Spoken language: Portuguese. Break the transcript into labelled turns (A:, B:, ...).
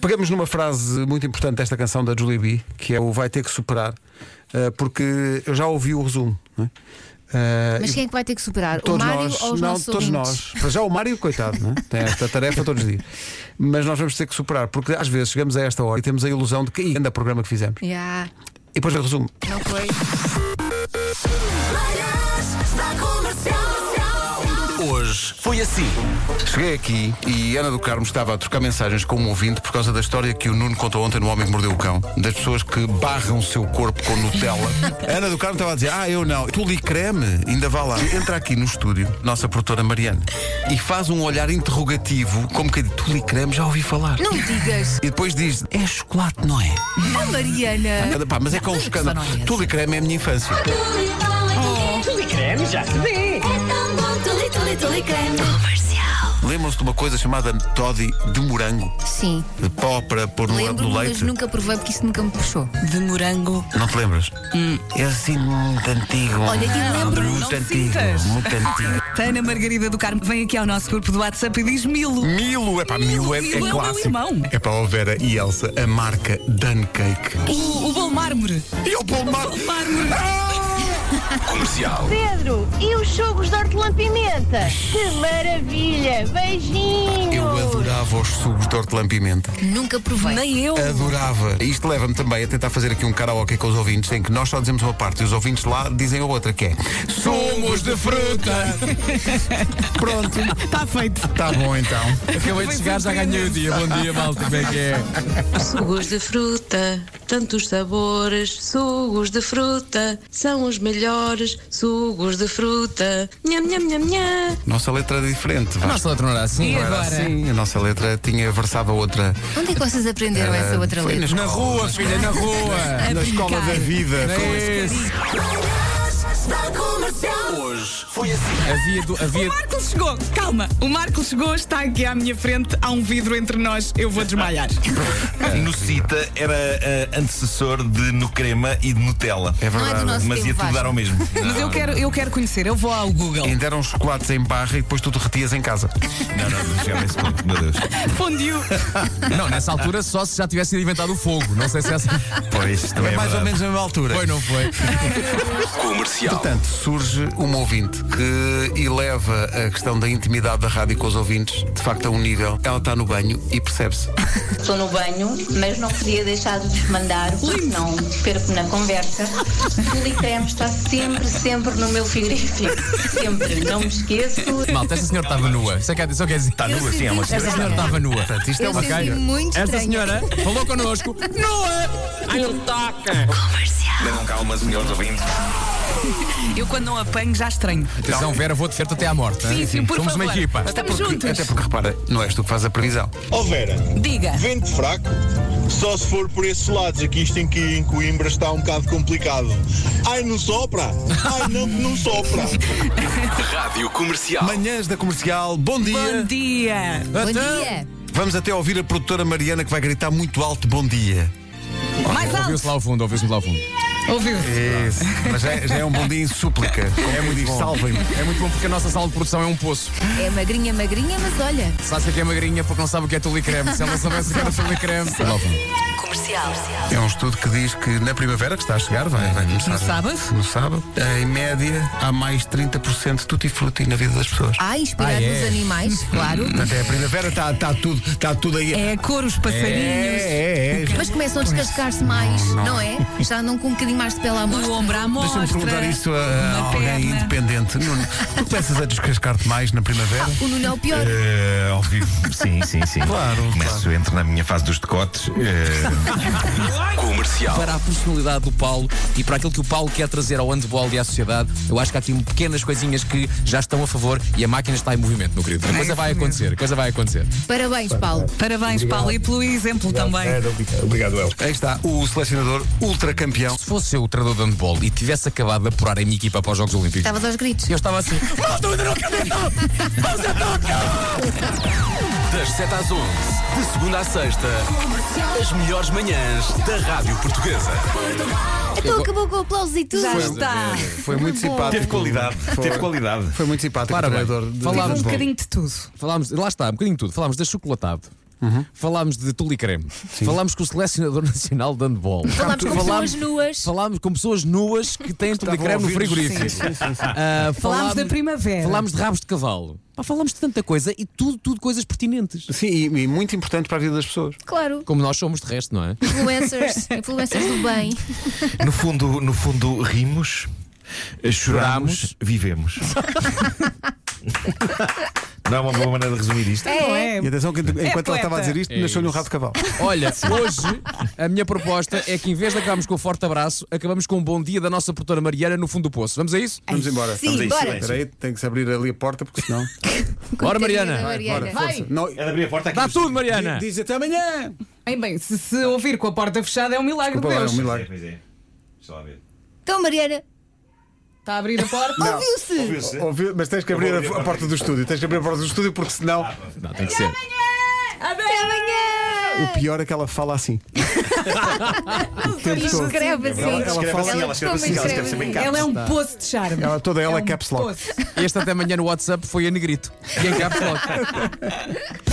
A: Pegamos numa frase muito importante desta canção da Julie B, que é o vai ter que superar, eh, porque eu já ouvi o resumo. não é? Eh,
B: Mas
A: e
B: quem é que vai ter que superar? O
A: Todos
B: Mário
A: nós,
B: ou os
A: não,
B: nossos
A: todos
B: ouvintes?
A: nós. Para já o Mário, coitado, não é? tem esta tarefa todos os dias. Mas nós vamos ter que superar, porque às vezes chegamos a esta hora e temos a ilusão de que ainda o programa que fizemos.
B: Yeah,
A: E depois eu resumo.
B: não foi.
C: Manhãs da Comercial.
D: Hoje foi assim.
E: Cheguei aqui e Ana do Carmo estava a trocar mensagens com um ouvinte por causa da história que o Nuno contou ontem no Homem que Mordeu o Cão, das pessoas que barram o seu corpo com Nutella. Ana do Carmo estava a dizer: Ah, eu não. Tu li creme, ainda vá lá. Entra aqui no estúdio, nossa produtora Mariana, e faz um olhar interrogativo, como que diz: Tu li creme, já ouvi falar.
B: Não digas,
E: E depois diz: É chocolate, não é?
B: a Mariana.
E: Pá, mas é com um escândalo.
B: não é essa.
E: Tu li creme é a minha infância.
C: Tuli creme, já se vê. É tão bom, tuli, tuli, tuli creme. Comercial.
E: Lembram-se de uma coisa chamada Toddy de morango?
B: Sim,
E: De pó para pôr no,
B: lembro,
E: no
B: mas
E: leite?
B: nunca provei porque isso nunca me puxou.
F: De morango.
E: Não te lembras? É assim muito antigo.
B: Olha, e lembro-me,
E: Muito
F: não
E: antigo,
F: sintas.
E: muito antigo.
F: Ana Margarida do Carmo vem aqui ao nosso grupo do WhatsApp e diz Milo.
E: Milo, é para Milo, é,
F: Milo é o
E: é
F: meu
E: clássico.
F: irmão.
E: É para a Vera e Elsa, a marca Dan Cake.
F: O, o bolo mármore.
E: E o Paul Ah! Mar-
F: O mármore.
D: Comercial.
G: Pedro, e os chogos de hortelã-pimenta? Que maravilha! Beijinhos!
E: Eu adorava os sugos de hortelã-pimenta.
B: nunca provei.
F: Nem
E: É
F: eu.
E: Adorava. Isto leva-me também a tentar fazer aqui um karaoke com os ouvintes, em que nós só dizemos uma parte e os ouvintes lá dizem a outra, que é Somos de fruta. Pronto.
F: Está feito.
E: Está bom então.
H: Acabei de chegar, já ganhei o dia. Bom dia, malta. Como é que é?
I: Sugos de fruta, tantos sabores. Sugos de fruta são os melhores. Sugos de fruta, nham, nham, nham, nham.
E: Nossa letra é diferente.
H: A
E: Vasco.
H: nossa letra não era assim.
F: E
H: não era
F: agora?
H: assim.
E: Sim, a nossa letra tinha versava outra.
B: Onde é que vocês aprenderam essa outra
E: Foi
B: letra?
H: Na rua, filha, na rua.
F: A picar.
E: vida.
H: É esse.
C: Manhãs da Comercial.
D: Hoje foi assim.
H: Havia, do- havia-
F: O Marco chegou. Calma. O Marco chegou, está aqui à minha frente. Há um vidro entre nós. Eu vou desmaiar.
J: Nocita era ah, antecessor de Nucrema e de Nutella.
E: É
B: Não é do
E: verdade.
B: nosso
J: Mas
B: tempo,
J: ia tudo
B: Vasco.
J: dar ao mesmo.
F: Mas eu quero, eu quero conhecer. Eu vou ao Google.
E: Ainda eram chocolates em barra e depois tu derretias em casa.
J: Não, não, não chegava a esse ponto, meu Deus.
F: Fundiu.
H: Não, nessa altura só se já tivesse sido inventado o fogo. Não sei se essa.
J: Pois, também é,
E: mais ou
J: verdade.
E: menos na mesma altura.
H: Foi, não foi?
D: Comercial.
E: Portanto, surge uma ouvinte que eleva a questão da intimidade da rádio com os ouvintes, de facto, a um nível. Ela está no banho e percebe-se.
K: Estou no banho, mas não podia deixar de vos mandar, porque não perco na conversa. O creme está sempre, sempre no meu frigorífico. Sempre, não me esqueço.
H: Malta, esta senhora estava nua. Isso é que é- só quer dizer.
J: Está nua, sim, é uma
H: Esta senhora estava nua.
E: Portanto, isto é
B: Eu
E: uma
B: senti
E: calha.
B: muito
H: Esta
B: estranho.
H: senhora falou connosco. Nua! Ai, não toca!
J: Tenham calma, senhores ouvintes.
F: Eu quando não apanho já estranho.
H: Atenção, Vera, vou defender-te até à morte. hein?
F: Sim, sim, por
H: Somos
F: favor.
H: uma equipa.
F: Estamos
E: Porque-
F: juntos.
E: até porque, repara, não és tu que faz a previsão.
L: Ó Vera,
F: Diga.
L: vento fraco, só se for por esses lados, aqui isto em, que, em Coimbra está um bocado complicado. Ai, não sopra! Ai, não, que não sopra!
D: Rádio Comercial.
E: Manhãs da comercial, bom dia.
F: Bom dia.
B: Bom
H: Então,
B: dia.
E: Vamos até ouvir a produtora Mariana que vai gritar muito alto bom dia.
F: Mais alto.
H: Ouviu-se lá ao fundo, ouviu-se lá ao fundo.
F: Ouviu?
E: Isso. Mas já, já é um bom dia em súplica. É muito bom. Salvem-me.
H: É muito bom porque a nossa sala de produção é um poço.
B: É magrinha, magrinha, mas olha.
H: Sabe se é que é magrinha porque não sabe o que é tule creme. Se ela soubesse o que era tule creme. Lá ao fundo.
E: É um estudo que diz que na primavera, que está a chegar, vai, vai começar.
F: No sábado?
E: No sábado, em média, há mais 30% de tutti-frutti na vida das pessoas.
B: Ah, inspirar
H: Ah, é.
B: nos animais, claro.
E: Portanto, é a primavera, está tá tudo, tá tudo aí.
F: É a cor, os passarinhos.
E: é, é.
B: Mas começam a descascar-se mais, não, é? Já andam com um bocadinho mais de pele à
F: O
B: mostra.
F: ombro à mostra.
E: Deixa-me perguntar isso a, a
F: Oh, uma
E: alguém
F: perna.
E: independente. Nuno, tu começas a descascar-te mais na primavera?
B: O Nuno é o pior.
J: Eh, ao vivo, sim, sim, sim.
E: Claro,
J: Começo, entro na minha fase dos decotes. eh,
D: Comercial.
H: para a personalidade do Paulo e para aquilo que o Paulo quer trazer ao handball e à sociedade, eu acho que há aqui pequenas coisinhas que já estão a favor e a máquina está em movimento, meu querido. A coisa vai acontecer, a coisa vai acontecer.
B: Parabéns, Paulo.
F: Parabéns, Paulo, e pelo exemplo também.
E: Aí está, o selecionador ultracampeão.
H: Se fosse eu o treinador de handball e tivesse acabado de apurar a minha equipa para os Jogos Olímpicos,
B: Estavas aos gritos.
H: eu estava assim. Malta, eu ainda não acabei, não! Você tá
D: Das 7 às 11, de segunda à sexta, as melhores manhãs da Rádio Portuguesa.
B: Então acabou com o aplauso e tudo.
F: Já está.
E: Foi muito
B: Muito bom.
E: simpático.
J: teve qualidade, teve qualidade.
E: Foi muito simpático.
H: Parabéns.
E: o treinador de-
H: Falava
E: de
F: Um
E: futebol.
F: bocadinho de tudo.
H: Falámos, lá está, um bocadinho de tudo. Falámos da chocolatado, falámos de Tuli Creme, falámos com o selecionador nacional de handball,
B: Falámos com pessoas nuas.
H: falámos com pessoas nuas que têm Tuli
B: estavam
H: Creme no
B: ouvidos.
H: frigorífico.
B: Sim, sim, sim, sim.
H: Ah,
B: Falámos da primavera.
H: Falámos de rabos de cavalo. Pá, falámos de tanta coisa e tudo, tudo coisas pertinentes.
E: Sim, e, e muito importante para a vida das pessoas.
B: Claro.
H: Como nós somos de resto, não é?
B: Influencers, influencers do bem.
J: No fundo, no fundo rimos, eh, choramos, vivemos. Não é uma boa maneira de resumir isto?
B: É,
E: E atenção, que enquanto
H: É
E: ela
H: poeta.
E: estava a dizer isto,
H: É
E: nasceu-lhe um
H: isso.
E: rabo de cavalo.
H: Olha, hoje a minha proposta é que em vez de acabarmos com um forte abraço, acabamos com um bom dia da nossa produtora Mariana no fundo do poço. Vamos a isso?
E: Vamos embora.
H: Sim, Vamos a isso, bora. silêncio.
E: Espera aí, tem que se abrir ali a porta, porque senão.
H: Bora, Mariana.
E: Vai, bora, força. Não,
J: É abrir a porta aqui.
E: Dá
J: tudo,
H: Mariana.
E: Diz até amanhã.
F: Ei, bem, se, se ouvir com a porta fechada é um milagre
E: Desculpa
F: de
E: lá, é um
F: Deus.
E: milagre.
J: Pois é. Deixa lá ver.
B: Então, Mariana.
F: Está a abrir a porta?
E: Não.
B: Ouviu-se.
E: Ouviu, mas tens que abrir a, a porta do estúdio. Tens que abrir a porta do estúdio porque senão.
H: Não, tem que ser.
B: Até amanhã!
E: O pior é que ela fala assim. O tempo todo.
B: Escreve assim.
E: Ela, ela fala
B: Ela
E: assim.
B: escreve assim, ela escreve sempre em caps. Ela é um poço de charme.
E: Ela,
F: um
E: toda ela é caps lock.
H: Este até amanhã no WhatsApp foi a negrito. E em caps lock.